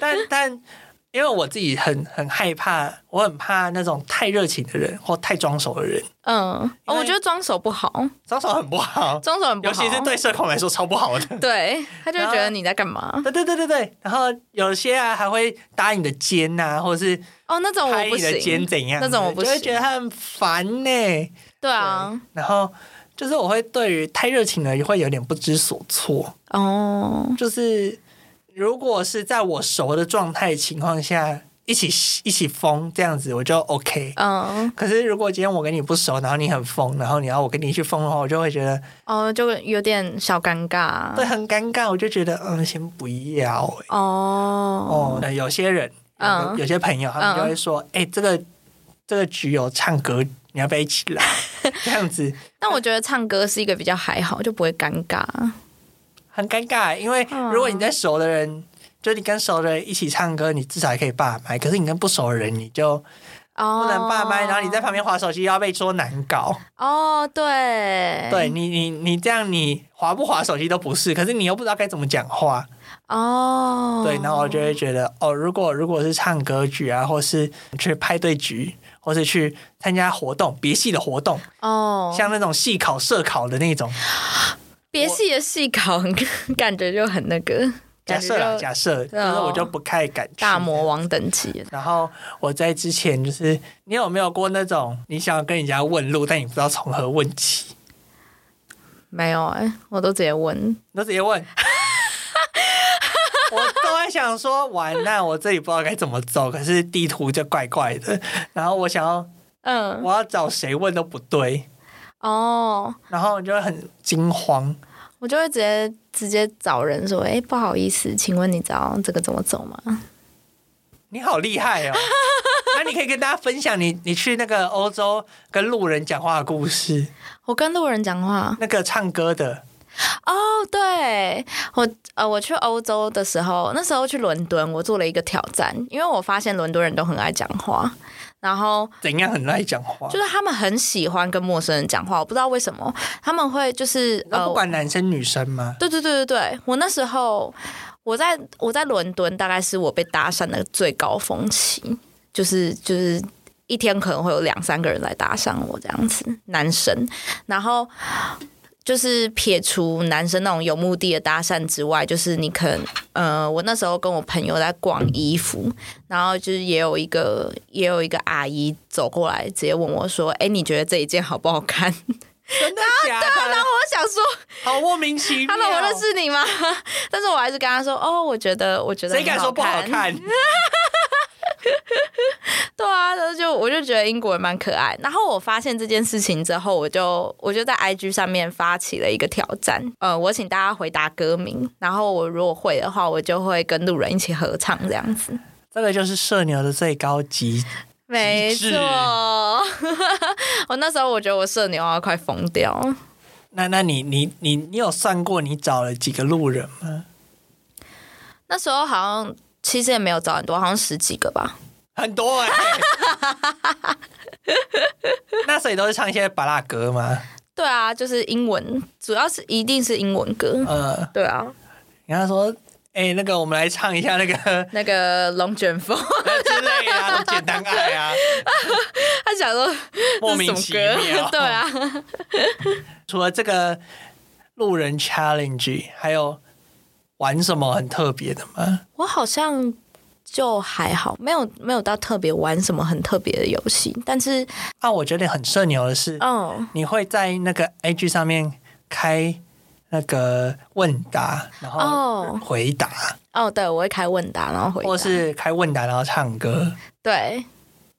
[SPEAKER 1] 但但因为我自己很很害怕，我很怕那种太热情的人或太装熟的人，
[SPEAKER 2] 嗯，
[SPEAKER 1] 因为
[SPEAKER 2] 哦我觉得装手不好，
[SPEAKER 1] 装熟很不好，
[SPEAKER 2] 装手很不
[SPEAKER 1] 尤
[SPEAKER 2] 好，
[SPEAKER 1] 其是对社恐来说超不好 的。
[SPEAKER 2] 对，他就会觉得你在干嘛？
[SPEAKER 1] 对对对对对，然后有些啊还会搭你的肩呐、或者是
[SPEAKER 2] 哦，那种
[SPEAKER 1] 拍
[SPEAKER 2] 我不
[SPEAKER 1] 你的肩
[SPEAKER 2] 行，
[SPEAKER 1] 怎样的，
[SPEAKER 2] 那种我不
[SPEAKER 1] 就会
[SPEAKER 2] 行
[SPEAKER 1] 觉得他很烦呢、
[SPEAKER 2] 对啊，
[SPEAKER 1] 然后就是我会对于太热情的人会有点不知所措。
[SPEAKER 2] 哦，
[SPEAKER 1] 就是如果是在我熟的状态情况下，一起一起疯这样子，我就 OK。
[SPEAKER 2] 嗯，
[SPEAKER 1] 可是如果今天我跟你不熟，然后你很疯，然后你要我跟你去疯的话，我就会觉得
[SPEAKER 2] 哦，就有点小尴尬。
[SPEAKER 1] 会很尴尬，我就觉得嗯，先不要、欸。
[SPEAKER 2] 哦
[SPEAKER 1] 哦，那有些人，
[SPEAKER 2] 嗯
[SPEAKER 1] 有有些朋友，他们就会说，哎、这个这个局有唱歌，你要不要一 起来？这样子
[SPEAKER 2] 但我觉得唱歌是一个比较还好，就不会尴尬。
[SPEAKER 1] 很尴尬，因为
[SPEAKER 2] 嗯
[SPEAKER 1] 如果你在熟的人，就你跟熟的人一起唱歌，你至少还可以霸麦，可是你跟不熟的人，你就
[SPEAKER 2] 哦，
[SPEAKER 1] 不能霸麦，然后你在旁边划手机，又要被说难搞。
[SPEAKER 2] 哦，对
[SPEAKER 1] 对你，你你这样，你划不划手机都不是，可是你又不知道该怎么讲话。
[SPEAKER 2] 哦，
[SPEAKER 1] 对，然后我就会觉得，哦，如果如果是唱歌局啊，或是去派对局，或是去参加活动，别系的活动，
[SPEAKER 2] 哦，
[SPEAKER 1] 像那种系考、社考的那种，
[SPEAKER 2] 别系的细考，感觉就很那个，
[SPEAKER 1] 假
[SPEAKER 2] 感觉
[SPEAKER 1] 设啦，
[SPEAKER 2] 就哦
[SPEAKER 1] 假设，就是我就不太敢去
[SPEAKER 2] 大魔。王等级的。
[SPEAKER 1] 然后我在之前就是，你有没有过那种你想要跟人家问路，但你不知道从何问起，
[SPEAKER 2] 没有哎、我都直接问。
[SPEAKER 1] 你就直接问。我都在想说，完那我这里不知道该怎么走，可是地图就怪怪的。然后我想要，
[SPEAKER 2] 嗯，
[SPEAKER 1] 我要找谁问都不对。
[SPEAKER 2] 哦，
[SPEAKER 1] 然后你就会很惊慌。
[SPEAKER 2] 我就会直接直接找人说，哎、不好意思，请问你知道这个怎么走吗？
[SPEAKER 1] 你好厉害哦！那你可以跟大家分享你你去那个欧洲跟路人讲话的故事，
[SPEAKER 2] 我跟路人讲话。
[SPEAKER 1] 那个唱歌的，
[SPEAKER 2] 哦，对我呃，我去欧洲的时候，那时候去伦敦，我做了一个挑战，因为我发现伦敦人都很爱讲话，然后
[SPEAKER 1] 怎样很爱讲话
[SPEAKER 2] 就，是他们很喜欢跟陌生人讲话，我不知道为什么他们会就是
[SPEAKER 1] 那
[SPEAKER 2] 呃
[SPEAKER 1] 不，管男生女生吗？
[SPEAKER 2] 对对对对对，我那时候我在我在伦敦，大概是我被搭讪的最高峰期，就是就是一天可能会有两三个人来搭讪我这样子，男生，然后。就是撇除男生那种有目的的搭讪之外，就是你可能，呃，我那时候跟我朋友在逛衣服，然后就是也有一个也有一个阿姨走过来，直接问我说：“哎、你觉得这一件好不好看？”
[SPEAKER 1] 真的假的？
[SPEAKER 2] 我想说，
[SPEAKER 1] 好莫名其妙。
[SPEAKER 2] Hello，我认识你吗？ 但是我还是跟他说，哦，我觉得，我觉得
[SPEAKER 1] 谁敢说不好
[SPEAKER 2] 很？
[SPEAKER 1] 看？
[SPEAKER 2] 对啊，然后就我就觉得英国人蛮可爱。然后我发现这件事情之后，我就我就在 IG 上面发起了一个挑战，呃，我请大家回答歌名，然后我如果会的话，我就会跟路人一起合唱这样子。
[SPEAKER 1] 这个就是社牛的最高级。
[SPEAKER 2] 没
[SPEAKER 1] 极
[SPEAKER 2] 错
[SPEAKER 1] 致，
[SPEAKER 2] 我那时候我觉得我社牛要快疯掉，
[SPEAKER 1] 那那你你你你有算过你找了几个路人吗？
[SPEAKER 2] 那时候好像其实也没有找很多，好像十几个吧。
[SPEAKER 1] 很多哎、 那所以都是唱一些巴拉歌吗？
[SPEAKER 2] 对啊，就是英文，主要是一定是英文歌。
[SPEAKER 1] 呃，
[SPEAKER 2] 对啊，
[SPEAKER 1] 然后说：“哎、那个，我们来唱一下那个
[SPEAKER 2] 那个龙卷风，
[SPEAKER 1] 之类啊，什么简单爱啊，
[SPEAKER 2] 他想说
[SPEAKER 1] 莫名
[SPEAKER 2] 这是
[SPEAKER 1] 其
[SPEAKER 2] 什么
[SPEAKER 1] 妙。
[SPEAKER 2] 歌，对，啊，
[SPEAKER 1] 除了这个路人 challenge，还有玩什么很特别的吗？
[SPEAKER 2] 我好像就还好，没有没有到特别玩什么很特别的游戏，但是
[SPEAKER 1] 啊，我觉得很社牛的是，
[SPEAKER 2] 嗯，
[SPEAKER 1] 你会在那个 IG 上面开那个问答，然后
[SPEAKER 2] 哦
[SPEAKER 1] 回答，
[SPEAKER 2] 哦，对我会开问答，然后回答，
[SPEAKER 1] 或是开问答然后唱歌。
[SPEAKER 2] 对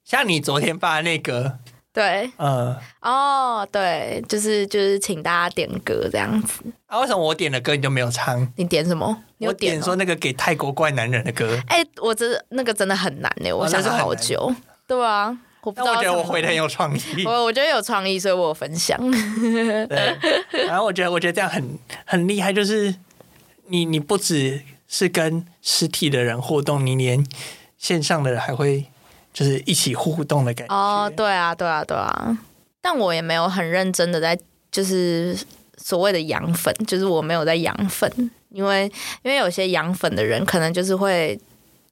[SPEAKER 1] 像你昨天发的那个，
[SPEAKER 2] 对
[SPEAKER 1] 嗯，
[SPEAKER 2] 哦对，就是就是请大家点歌这样子，
[SPEAKER 1] 啊，为什么我点的歌你就没有唱？
[SPEAKER 2] 你点什么？你有
[SPEAKER 1] 我点
[SPEAKER 2] 哦
[SPEAKER 1] 说那个给泰国怪男人的歌。”
[SPEAKER 2] 哎、我真那个真的很难呢，
[SPEAKER 1] 哦
[SPEAKER 2] 我
[SPEAKER 1] 那
[SPEAKER 2] 想
[SPEAKER 1] 是
[SPEAKER 2] 了
[SPEAKER 1] 很
[SPEAKER 2] 好
[SPEAKER 1] 难
[SPEAKER 2] 久，对啊，我
[SPEAKER 1] 但
[SPEAKER 2] 不知道
[SPEAKER 1] 我觉得我
[SPEAKER 2] 怎么
[SPEAKER 1] 回的很有创意。
[SPEAKER 2] 我我觉得有创意，所以我有分享。哦
[SPEAKER 1] 对，然后我觉得我觉得这样很很厉害，就是你你不只是跟实体的人互动，你连线上的人还会就是一起互动的感觉。
[SPEAKER 2] 哦，对啊，对啊，对啊，但我也没有很认真的在，就是所谓的养粉，就是我没有在养粉，因为因为有些养粉的人可能就是会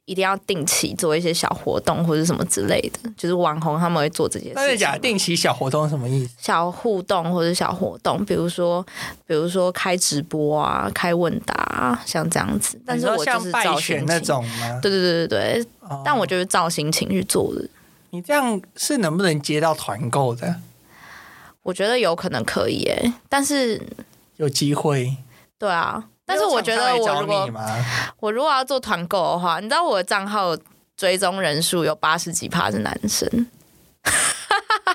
[SPEAKER 2] 一定要定期做一些小活动或者什么之类的，就是网红他们会做这些事情。
[SPEAKER 1] 那你讲定期小活动是什么意思？
[SPEAKER 2] 小互动或者小活动，比如说，比如说开直播啊，开问答、啊，像这样子。但是
[SPEAKER 1] 你
[SPEAKER 2] 我
[SPEAKER 1] 说
[SPEAKER 2] 就是
[SPEAKER 1] 像
[SPEAKER 2] 照
[SPEAKER 1] 拜
[SPEAKER 2] 心
[SPEAKER 1] 选
[SPEAKER 2] 情
[SPEAKER 1] 那，种吗？
[SPEAKER 2] 对对对对对。
[SPEAKER 1] 哦
[SPEAKER 2] 但我就是照心情去做的，
[SPEAKER 1] 你这样是能不能接到团购的？
[SPEAKER 2] 我觉得有可能可以诶、但是
[SPEAKER 1] 有机会？
[SPEAKER 2] 对啊，但是我觉得
[SPEAKER 1] 没有
[SPEAKER 2] 我
[SPEAKER 1] 厂商来
[SPEAKER 2] 如
[SPEAKER 1] 找
[SPEAKER 2] 果
[SPEAKER 1] 你吗？
[SPEAKER 2] 我如果要做团购的话，你知道我的账号追踪人数有八十几趴是男生。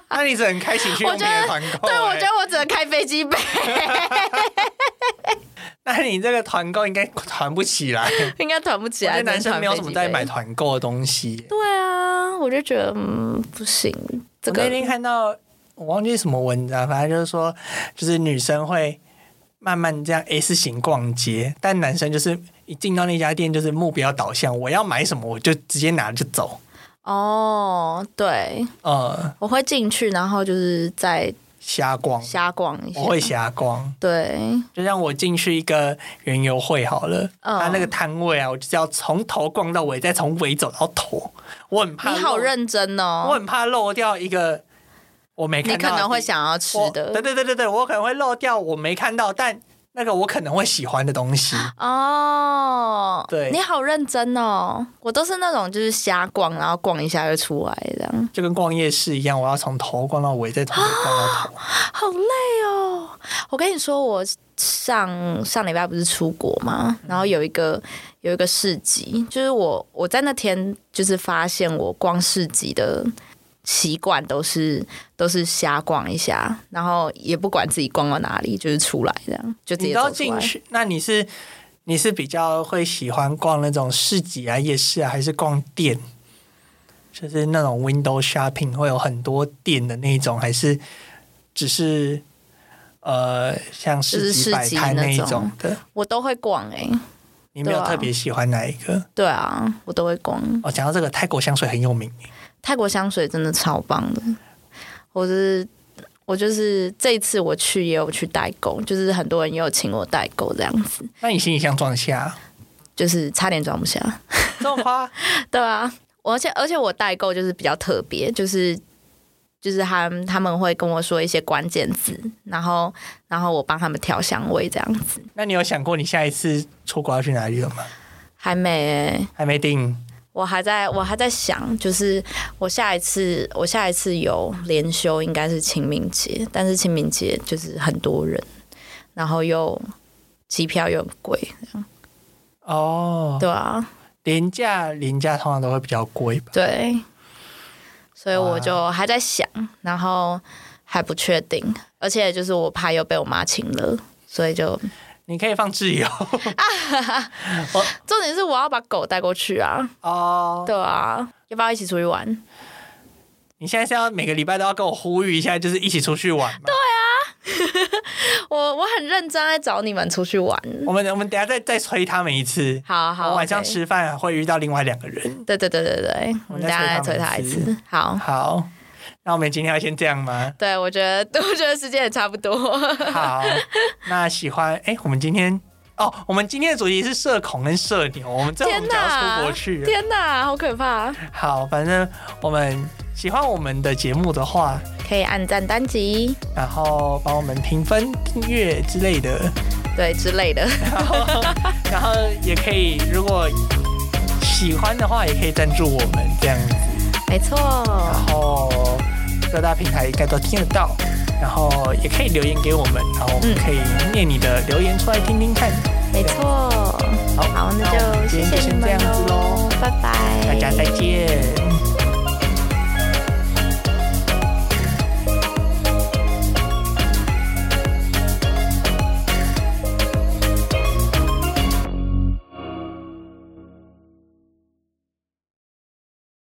[SPEAKER 1] 那你只能开启去
[SPEAKER 2] 我
[SPEAKER 1] 用别
[SPEAKER 2] 觉得
[SPEAKER 1] 的团购、
[SPEAKER 2] 对，我
[SPEAKER 1] 欸
[SPEAKER 2] 觉得我只能开飞机杯，
[SPEAKER 1] 那你这个团购应该团不起来，
[SPEAKER 2] 应该团不起
[SPEAKER 1] 我觉
[SPEAKER 2] 来。
[SPEAKER 1] 得男生没有什么在买
[SPEAKER 2] 啊只能团飞
[SPEAKER 1] 团
[SPEAKER 2] 机杯。
[SPEAKER 1] 购的东西。
[SPEAKER 2] 对啊，我就觉得嗯不行，这
[SPEAKER 1] 我
[SPEAKER 2] 个
[SPEAKER 1] 那天看到我忘记什么文章，反正就是说，就是女生会慢慢这样 S 型逛街，但男生就是一进到那家店就是目标导向，我要买什么我就直接拿就走。
[SPEAKER 2] 哦，对，
[SPEAKER 1] 呃，
[SPEAKER 2] 我会进去，然后就是再
[SPEAKER 1] 瞎逛，
[SPEAKER 2] 瞎逛一下
[SPEAKER 1] 我。会瞎逛。
[SPEAKER 2] 对，
[SPEAKER 1] 就像我进去一个园游会好了，他、
[SPEAKER 2] 嗯
[SPEAKER 1] 那个摊位啊，我就是要从头逛到尾，再从尾走到头。我很怕
[SPEAKER 2] 你
[SPEAKER 1] 漏
[SPEAKER 2] 好认真
[SPEAKER 1] 我
[SPEAKER 2] 哦，
[SPEAKER 1] 很怕漏掉一个我没看到的
[SPEAKER 2] 你可
[SPEAKER 1] 地方，
[SPEAKER 2] 能会想要吃
[SPEAKER 1] 我对
[SPEAKER 2] 的
[SPEAKER 1] 对对对对，我可能会漏掉我没看到，但那个我可能会喜欢的东 西。
[SPEAKER 2] 哦。
[SPEAKER 1] 对
[SPEAKER 2] 你好认真哦，我都是那种就是瞎逛，然后逛一下就出来这样。
[SPEAKER 1] 就跟逛夜市一样，我要从头逛到尾，再从尾逛到头。
[SPEAKER 2] 好累哦！我跟你说，我上上礼拜不是出国嘛，
[SPEAKER 1] 嗯
[SPEAKER 2] 然后有一个有一个市集，就是我我在那天就是发现我逛市集的习惯都是都是瞎逛一下，然后也不管自己逛到哪里，就是出来这样，就直
[SPEAKER 1] 你
[SPEAKER 2] 接
[SPEAKER 1] 都
[SPEAKER 2] 走
[SPEAKER 1] 要
[SPEAKER 2] 出
[SPEAKER 1] 进
[SPEAKER 2] 来。
[SPEAKER 1] 去，那你是你是比较会喜欢逛那种市集啊、夜市啊，还是逛店？就是那种 window shopping 会有很多店的那种，还是只是呃像市
[SPEAKER 2] 就是
[SPEAKER 1] 集
[SPEAKER 2] 市
[SPEAKER 1] 摆
[SPEAKER 2] 集
[SPEAKER 1] 摊那
[SPEAKER 2] 那
[SPEAKER 1] 一
[SPEAKER 2] 种
[SPEAKER 1] 种的？
[SPEAKER 2] 我都会逛诶、
[SPEAKER 1] 你没有
[SPEAKER 2] 对啊
[SPEAKER 1] 特别喜欢哪一个？
[SPEAKER 2] 对啊，我都会逛。
[SPEAKER 1] 哦，讲到这个，泰国香水很有名。
[SPEAKER 2] 泰国香水真的超棒的，我是我就是这一次我去也有去代购，就是很多人也有请我代购这样子，
[SPEAKER 1] 那你行李箱装得下？
[SPEAKER 2] 就是差点装不下。
[SPEAKER 1] 这么夸？
[SPEAKER 2] 对啊，我而且而且我代购就是比较特别，就是就是他们他们会跟我说一些关键字，然后然后我帮他们调香味这样子。
[SPEAKER 1] 那你有想过你下一次出国要去哪里了吗？
[SPEAKER 2] 还没欸、
[SPEAKER 1] 还没定。
[SPEAKER 2] 我还在我还在想，就是我下一次我下一次有连休应该是清明节，但是清明节就是很多人，然后又机票又很贵，
[SPEAKER 1] 哦，
[SPEAKER 2] 对啊，
[SPEAKER 1] 廉价廉价通常都会比较贵吧？
[SPEAKER 2] 对，所以
[SPEAKER 1] 哇
[SPEAKER 2] 我就还在想，然后还不确定，而且就是我怕又被我妈请了。所以就
[SPEAKER 1] 你可以放自 由
[SPEAKER 2] 重点是我要把狗带过去啊，
[SPEAKER 1] 哦。
[SPEAKER 2] 对啊，要不要一起出去玩？
[SPEAKER 1] 你现在是要每个礼拜都要跟我呼吁一下，就是一起出去玩吗？对，
[SPEAKER 2] 我我很认真在找你们出去玩，
[SPEAKER 1] 我们我们等一下再再催他们一次。
[SPEAKER 2] 好好
[SPEAKER 1] 我哦晚上
[SPEAKER 2] OK
[SPEAKER 1] 吃饭会遇到另外两个人。
[SPEAKER 2] 对对对对对，我们
[SPEAKER 1] 再
[SPEAKER 2] 等下来
[SPEAKER 1] 催
[SPEAKER 2] 催
[SPEAKER 1] 他
[SPEAKER 2] 他
[SPEAKER 1] 们
[SPEAKER 2] 一
[SPEAKER 1] 一
[SPEAKER 2] 次。好，？
[SPEAKER 1] 好，那我们今天要先这样吗
[SPEAKER 2] 对我觉得我觉得时间也差不多。
[SPEAKER 1] 好，那喜欢哎、我们今天哦，我们今天的主题是社恐跟社牛，我们这我
[SPEAKER 2] 天
[SPEAKER 1] 们就要出
[SPEAKER 2] 哪
[SPEAKER 1] 国！去了。
[SPEAKER 2] 天哪，好可怕！
[SPEAKER 1] 好，反正我们喜欢我们的节目的话，
[SPEAKER 2] 可以按赞单集，
[SPEAKER 1] 然后帮我们评分、订阅之类的，
[SPEAKER 2] 对之 类的。
[SPEAKER 1] 然后然后也可以，如果喜欢的话，也可以赞助我们这样子。
[SPEAKER 2] 没错，
[SPEAKER 1] 然后各大平台应该都听得到，然后也可以留言给我们，然后我们
[SPEAKER 2] 嗯
[SPEAKER 1] 可以念你的留言出来听听看。
[SPEAKER 2] 没错。
[SPEAKER 1] 好，
[SPEAKER 2] 好，那
[SPEAKER 1] 我们
[SPEAKER 2] 就
[SPEAKER 1] 今
[SPEAKER 2] 谢
[SPEAKER 1] 天就
[SPEAKER 2] 谢
[SPEAKER 1] 先这
[SPEAKER 2] 你们哦
[SPEAKER 1] 样子喽
[SPEAKER 2] 喽，，拜
[SPEAKER 1] 大
[SPEAKER 2] 拜，
[SPEAKER 1] 家再见。